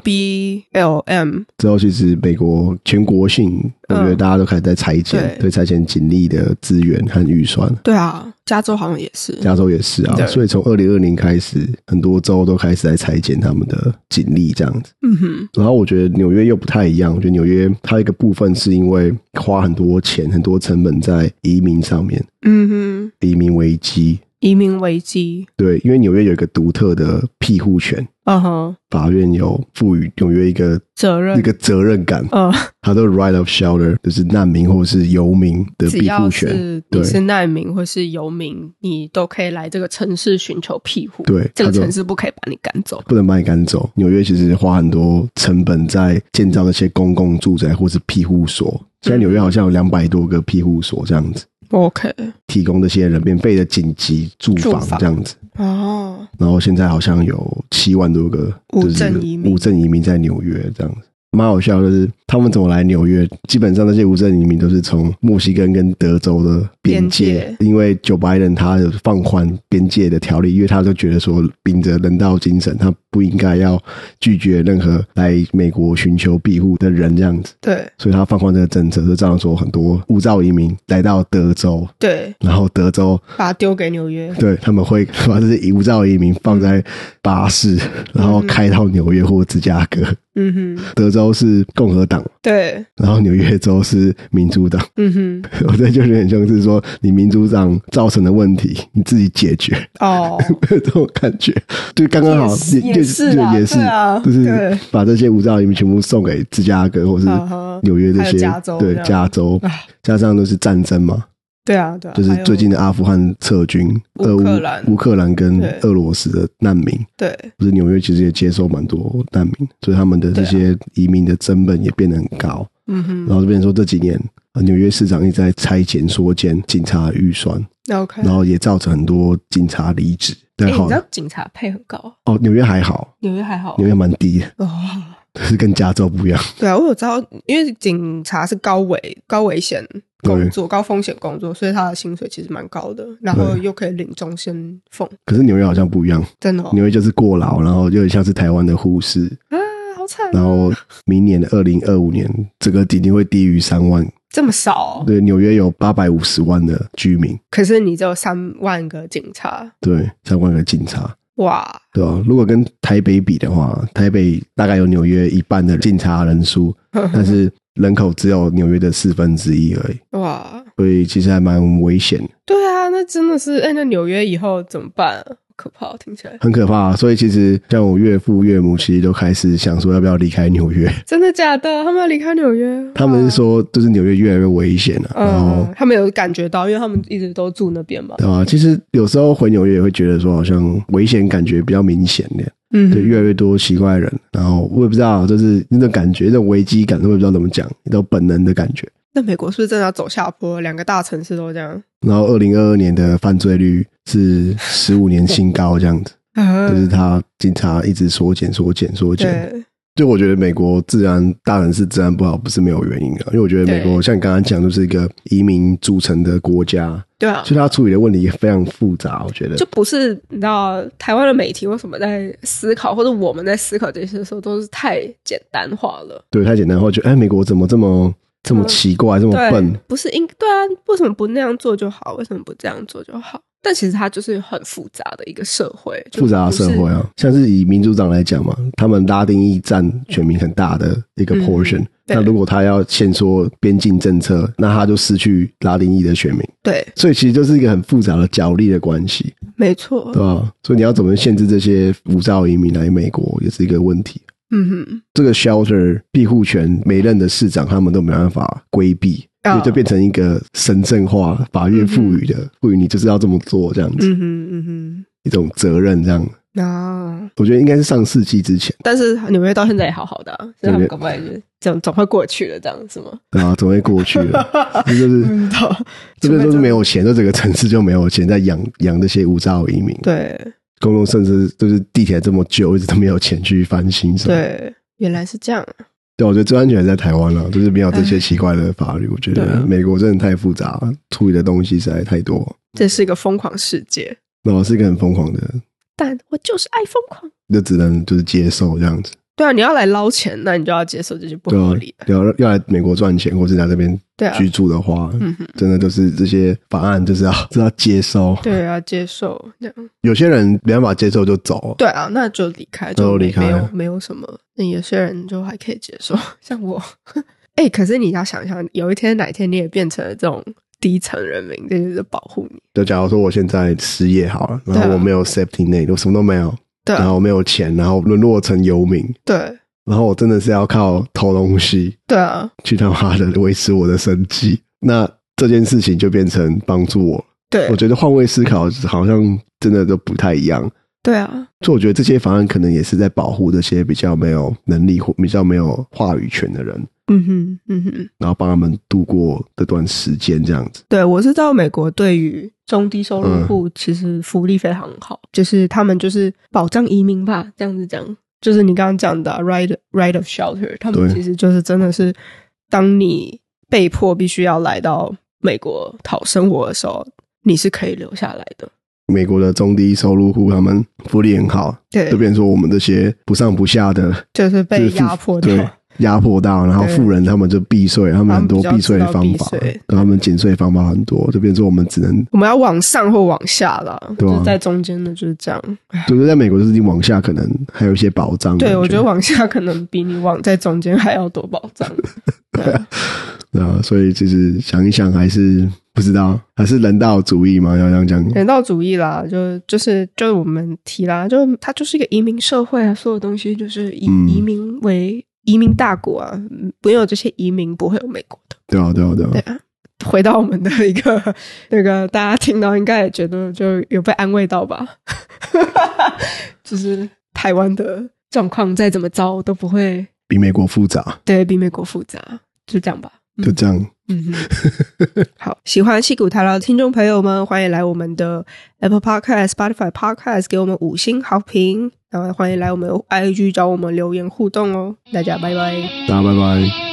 [SPEAKER 2] BLM，
[SPEAKER 1] 之后，其实美国全国性，我
[SPEAKER 2] 嗯
[SPEAKER 1] 觉得大家都开始在裁减，
[SPEAKER 2] 对
[SPEAKER 1] 对裁减警力的资源和预算。
[SPEAKER 2] 对啊，加州好像也是，
[SPEAKER 1] 加州也是啊
[SPEAKER 2] 对，
[SPEAKER 1] 所以从二零二零开始，很多州都开始在裁减他们的警力这样子。
[SPEAKER 2] 嗯哼，
[SPEAKER 1] 然后我觉得纽约又不太一样，我觉得纽约它一个部分是因为花很多钱、很多成本在移民上面，
[SPEAKER 2] 嗯哼，
[SPEAKER 1] 移民危机。
[SPEAKER 2] 移民危机，
[SPEAKER 1] 对，因为纽约有一个独特的庇护权，
[SPEAKER 2] 嗯哼，
[SPEAKER 1] 法院有赋予纽约一个
[SPEAKER 2] 责任
[SPEAKER 1] 一，个责任感，
[SPEAKER 2] 呃，
[SPEAKER 1] 它的 right of shelter 就是难民或是游民的
[SPEAKER 2] 只
[SPEAKER 1] 庇
[SPEAKER 2] 要
[SPEAKER 1] 护权。
[SPEAKER 2] 是你
[SPEAKER 1] 对
[SPEAKER 2] 是难民或是游民，你都可以来这个城市寻求庇护。
[SPEAKER 1] 对
[SPEAKER 2] 这个
[SPEAKER 1] 他就
[SPEAKER 2] 城市不可以把你赶走。
[SPEAKER 1] 不能把你赶走。纽约其实花很多成本在建造那些公共住宅或是庇护所。
[SPEAKER 2] 嗯
[SPEAKER 1] 现在纽约好像有两百多个庇护所这样子，
[SPEAKER 2] OK，
[SPEAKER 1] 提供这些人免费的紧急住
[SPEAKER 2] 住
[SPEAKER 1] 房
[SPEAKER 2] 房
[SPEAKER 1] 这样子。
[SPEAKER 2] 哦，
[SPEAKER 1] 然后现在好像有七万多个
[SPEAKER 2] 无
[SPEAKER 1] 就是
[SPEAKER 2] 证移民
[SPEAKER 1] 无证移民在纽约这样子。蛮好笑，就是他们怎么来纽约？基本上那些无证移民都是从墨西哥跟德州的边
[SPEAKER 2] 边
[SPEAKER 1] 界，因为九白人他有放宽边界的条例，因为他就觉得说，秉着人道精神，他不应该要拒绝任何来美国寻求庇护的人这样子，
[SPEAKER 2] 对
[SPEAKER 1] 所以他放宽这个政策，就这样说很多无照移民来到德州，
[SPEAKER 2] 对，
[SPEAKER 1] 然后德州
[SPEAKER 2] 把它丢给纽约。
[SPEAKER 1] 对，他们会把这些无照移民放在巴士，然后开到纽约或芝加哥。
[SPEAKER 2] 嗯哼，
[SPEAKER 1] 德州是共和党，
[SPEAKER 2] 对，
[SPEAKER 1] 然后纽约州是民主党。
[SPEAKER 2] 嗯
[SPEAKER 1] 我这就有点像是说，你民主党造成的问题，你自己解决
[SPEAKER 2] 哼，哦，
[SPEAKER 1] 这种感觉，就刚刚好，
[SPEAKER 2] 也也是
[SPEAKER 1] 就
[SPEAKER 2] 啦
[SPEAKER 1] 也是
[SPEAKER 2] 对啊，
[SPEAKER 1] 就是
[SPEAKER 2] 对
[SPEAKER 1] 把这些无照移民全部送给芝加哥或是
[SPEAKER 2] 嗯哼
[SPEAKER 1] 纽约这
[SPEAKER 2] 还有
[SPEAKER 1] 些
[SPEAKER 2] 加州
[SPEAKER 1] 对
[SPEAKER 2] 这样啊
[SPEAKER 1] 加州
[SPEAKER 2] 唉，
[SPEAKER 1] 加上都是战争嘛，
[SPEAKER 2] 对啊，对啊，
[SPEAKER 1] 就是
[SPEAKER 2] 还有
[SPEAKER 1] 最近的阿富汗撤军，呃
[SPEAKER 2] 乌克
[SPEAKER 1] 俄乌
[SPEAKER 2] 兰
[SPEAKER 1] 乌克兰跟
[SPEAKER 2] 对
[SPEAKER 1] 俄罗斯的难民，
[SPEAKER 2] 对，
[SPEAKER 1] 就是纽约其实也接收蛮多难民，所以他们的这些移民的成本也变得很高。
[SPEAKER 2] 啊嗯
[SPEAKER 1] 然
[SPEAKER 2] 哼
[SPEAKER 1] 后这边说这几年，呃纽约市长一直在拆减缩减警察的预算，
[SPEAKER 2] ，OK。
[SPEAKER 1] 然后也造成很多警察离职。
[SPEAKER 2] 嗯哎，
[SPEAKER 1] 但
[SPEAKER 2] 你
[SPEAKER 1] 好
[SPEAKER 2] 知道警察配很高啊，
[SPEAKER 1] 哦，纽约还好，
[SPEAKER 2] 纽约还好啊
[SPEAKER 1] 纽约蛮低的，
[SPEAKER 2] 哦。
[SPEAKER 1] 就是跟加州不一样。
[SPEAKER 2] 对啊，我有知道，因为警察是高危高危险工作、高风险工作，所以他的薪水其实蛮高的，然后
[SPEAKER 1] 对
[SPEAKER 2] 又可以领终身俸，
[SPEAKER 1] 可是纽约好像不一样，
[SPEAKER 2] 真的、哦、
[SPEAKER 1] 纽约就是过劳，然后有点像是台湾的护士。
[SPEAKER 2] 啊，好惨啊、
[SPEAKER 1] 然后明年的二零二五年，整个底定会低于三万。
[SPEAKER 2] 这么少哦、
[SPEAKER 1] 对，纽约有八百五十万的居民，
[SPEAKER 2] 可是你只有三万个警察，
[SPEAKER 1] 对，三万个警察。
[SPEAKER 2] 哇，
[SPEAKER 1] 对啊，如果跟台北比的话，台北大概有纽约一半的警察人数，但是人口只有纽约的四分之一而已，
[SPEAKER 2] 哇，
[SPEAKER 1] 所以其实还蛮危险的，
[SPEAKER 2] 对啊，那真的是，哎、那纽约以后怎么办、啊？可怕哦，听起来
[SPEAKER 1] 很可怕、啊所以其实像我岳父岳母其实都开始想说要不要离开纽约，
[SPEAKER 2] 真的假的？他们要离开纽约？
[SPEAKER 1] 他们是说就是纽约越来越危险了、然后
[SPEAKER 2] 嗯，他们有感觉到，因为他们一直都住那边嘛。
[SPEAKER 1] 对啊，其实有时候回纽约也会觉得说好像危险感觉比较明显的，
[SPEAKER 2] 嗯，
[SPEAKER 1] 对，越来越多奇怪的人，然后我也不知道就是那种感觉，那种危机感，我也不知道怎么讲，一种本能的感觉。
[SPEAKER 2] 那美国是不是真的要走下坡？两个大城市都这样，
[SPEAKER 1] 然后二零二二年的犯罪率是十五年新高，这 样子，就是他警察一直缩减、缩减、缩减。
[SPEAKER 2] 嗯对，
[SPEAKER 1] 就我觉得美国治安、大城市治安不好不是没有原因啊的，因为我觉得美国
[SPEAKER 2] 对
[SPEAKER 1] 像你刚刚讲，就是一个移民组成的国家，
[SPEAKER 2] 对啊，
[SPEAKER 1] 所以他处理的问题也非常复杂。我觉得
[SPEAKER 2] 就不是你知道台湾的媒体为什么在思考，或者我们在思考这些的时候都是太简单化了。
[SPEAKER 1] 对太简单的话，觉得哎，美国怎么这么这么奇怪，这么笨
[SPEAKER 2] 嗯对？，不是应对啊？为什么不那样做就好？为什么不这样做就好？但其实它就是很复杂的一个社会，就
[SPEAKER 1] 复杂的社
[SPEAKER 2] 不
[SPEAKER 1] 会
[SPEAKER 2] 是。
[SPEAKER 1] 啊，像是以民主党来讲嘛，他们拉丁裔占全民很大的一个
[SPEAKER 2] 嗯
[SPEAKER 1] portion、
[SPEAKER 2] 对
[SPEAKER 1] 那如果他要限缩边境政策，那他就失去拉丁裔的选民，
[SPEAKER 2] 对，
[SPEAKER 1] 所以其实就是一个很复杂的角力的关系，
[SPEAKER 2] 没错
[SPEAKER 1] 对。吧？所以你要怎么限制这些无照移民来美国，也是一个问题。
[SPEAKER 2] 嗯哼，
[SPEAKER 1] 这个 shelter 庇护权，每任的市长他们都没办法规避，因为
[SPEAKER 2] 啊
[SPEAKER 1] 就变成一个神圣化、法院赋予的，赋予你就是要这么做这样子，
[SPEAKER 2] 嗯哼嗯
[SPEAKER 1] 一种责任这样。
[SPEAKER 2] 哼，啊，
[SPEAKER 1] 我觉得应该是上世纪之前，
[SPEAKER 2] 但是纽约到现在也好好的、啊，所以他
[SPEAKER 1] 纽约
[SPEAKER 2] 们搞不好也就是总总会过去的，这样 是嗯吗？
[SPEAKER 1] 对啊，总会过去了。 这就是
[SPEAKER 2] 知道，
[SPEAKER 1] 这边都是没有钱，这整个城市就没有钱在养养这些无照移民。
[SPEAKER 2] 对
[SPEAKER 1] 公路甚至就是地铁这么久，一直都没有钱去翻新什么。
[SPEAKER 2] 对，原来是这样啊，
[SPEAKER 1] 对，我觉得最安全还是在台湾了、就是没有这些奇怪的法律。我觉
[SPEAKER 2] 嗯对
[SPEAKER 1] 得
[SPEAKER 2] 啊
[SPEAKER 1] 美国真的太复杂，处理的东西实在太多。
[SPEAKER 2] 这是一个疯狂世界，
[SPEAKER 1] 那我是一个很疯狂的，
[SPEAKER 2] 但我就是爱疯狂。
[SPEAKER 1] 就只能就是接受这样子。
[SPEAKER 2] 对啊，你要来捞钱，那你就要接受这些不
[SPEAKER 1] 对
[SPEAKER 2] 合
[SPEAKER 1] 啊
[SPEAKER 2] 理啊。，
[SPEAKER 1] 要要来美国赚钱，或是来这边
[SPEAKER 2] 对啊，
[SPEAKER 1] 居住的话，
[SPEAKER 2] 嗯哼，
[SPEAKER 1] 真的就是这些法案就是要 就是要接受。
[SPEAKER 2] 对啊，接受这样。
[SPEAKER 1] 有些人没办法接受就走，
[SPEAKER 2] 对啊，那就离开，就
[SPEAKER 1] 都
[SPEAKER 2] 没
[SPEAKER 1] 离开
[SPEAKER 2] 没有没有什么。那有些人就还可以接受， 像我。哎、可是你要想想，有一天哪一天你也变成了这种低层人民，这就是保护你。
[SPEAKER 1] 就假如说我现在失业好了，然
[SPEAKER 2] 对
[SPEAKER 1] 后
[SPEAKER 2] 啊
[SPEAKER 1] 我没有 safety net，我什么都没有，
[SPEAKER 2] 对
[SPEAKER 1] 然
[SPEAKER 2] 啊，
[SPEAKER 1] 后没有钱，然后沦落成游民，
[SPEAKER 2] 对
[SPEAKER 1] 然后我真的是要靠偷东西
[SPEAKER 2] 对啊，
[SPEAKER 1] 去他妈的维持我的生计。那这件事情就变成帮助我。
[SPEAKER 2] 对
[SPEAKER 1] 我觉得换位思考好像真的都不太一样。
[SPEAKER 2] 对啊，
[SPEAKER 1] 所以我觉得这些法案可能也是在保护这些比较没有能力或比较没有话语权的人，
[SPEAKER 2] 嗯哼嗯哼。
[SPEAKER 1] 然后帮他们度过这段时间这样子。
[SPEAKER 2] 对，我是知道美国对于中低收
[SPEAKER 1] 嗯
[SPEAKER 2] 入户其实福利非常好，就是他们就是保障移民吧，这样子讲，就是你刚刚讲的啊 right right of shelter，他们
[SPEAKER 1] 对
[SPEAKER 2] 其实就是真的是，当你被迫必须要来到美国讨生活的时候，你是可以留下来的。
[SPEAKER 1] 美国的中低收入户他们福利很好，
[SPEAKER 2] 对
[SPEAKER 1] 就，变成说我们这些不上不下的
[SPEAKER 2] 就是被
[SPEAKER 1] 就是
[SPEAKER 2] 压迫
[SPEAKER 1] 对
[SPEAKER 2] 的。
[SPEAKER 1] 压迫到，然后
[SPEAKER 2] 对
[SPEAKER 1] 富人他们就避税，他们很多
[SPEAKER 2] 他们
[SPEAKER 1] 避
[SPEAKER 2] 比较
[SPEAKER 1] 税
[SPEAKER 2] 知道
[SPEAKER 1] 方法，
[SPEAKER 2] 避税
[SPEAKER 1] 对他们减税方法很多，就变成说我们只能
[SPEAKER 2] 我们要往上或往下了，
[SPEAKER 1] 对啊嗯
[SPEAKER 2] 就是在中间的就是这样。
[SPEAKER 1] 就是在美国就是你往下可能还有一些保障。
[SPEAKER 2] 对，我觉
[SPEAKER 1] 觉
[SPEAKER 2] 得往下可能比你往在中间还要多保 障。对啊，
[SPEAKER 1] 对啊，所以其实想一想还是不知道，还是人道主义嘛，要这样讲。
[SPEAKER 2] 人道主义啦，就就是就是我们提啦，就是它就是一个移民社会啊，所有东西就是以、
[SPEAKER 1] 嗯
[SPEAKER 2] 移民为移民大国啊，嗯没有这些移民不会有美国的。
[SPEAKER 1] 对啊，对啊，对啊
[SPEAKER 2] 对。啊，回到我们的一个 那个，大家听到应该也觉得就有被安慰到吧， 就是台湾的状况再怎么糟都不会
[SPEAKER 1] 比美国复杂，
[SPEAKER 2] 对比美国复杂，就这样吧。嗯
[SPEAKER 1] 就这样。
[SPEAKER 2] 嗯哼， 好，喜欢戏骨台劳的听众朋友们，欢迎来我们的 Apple Podcast、Spotify Podcast 给我们五星好评，然后欢迎来我们的 IG 找我们留言互动哦，大家拜拜。
[SPEAKER 1] 大家拜拜。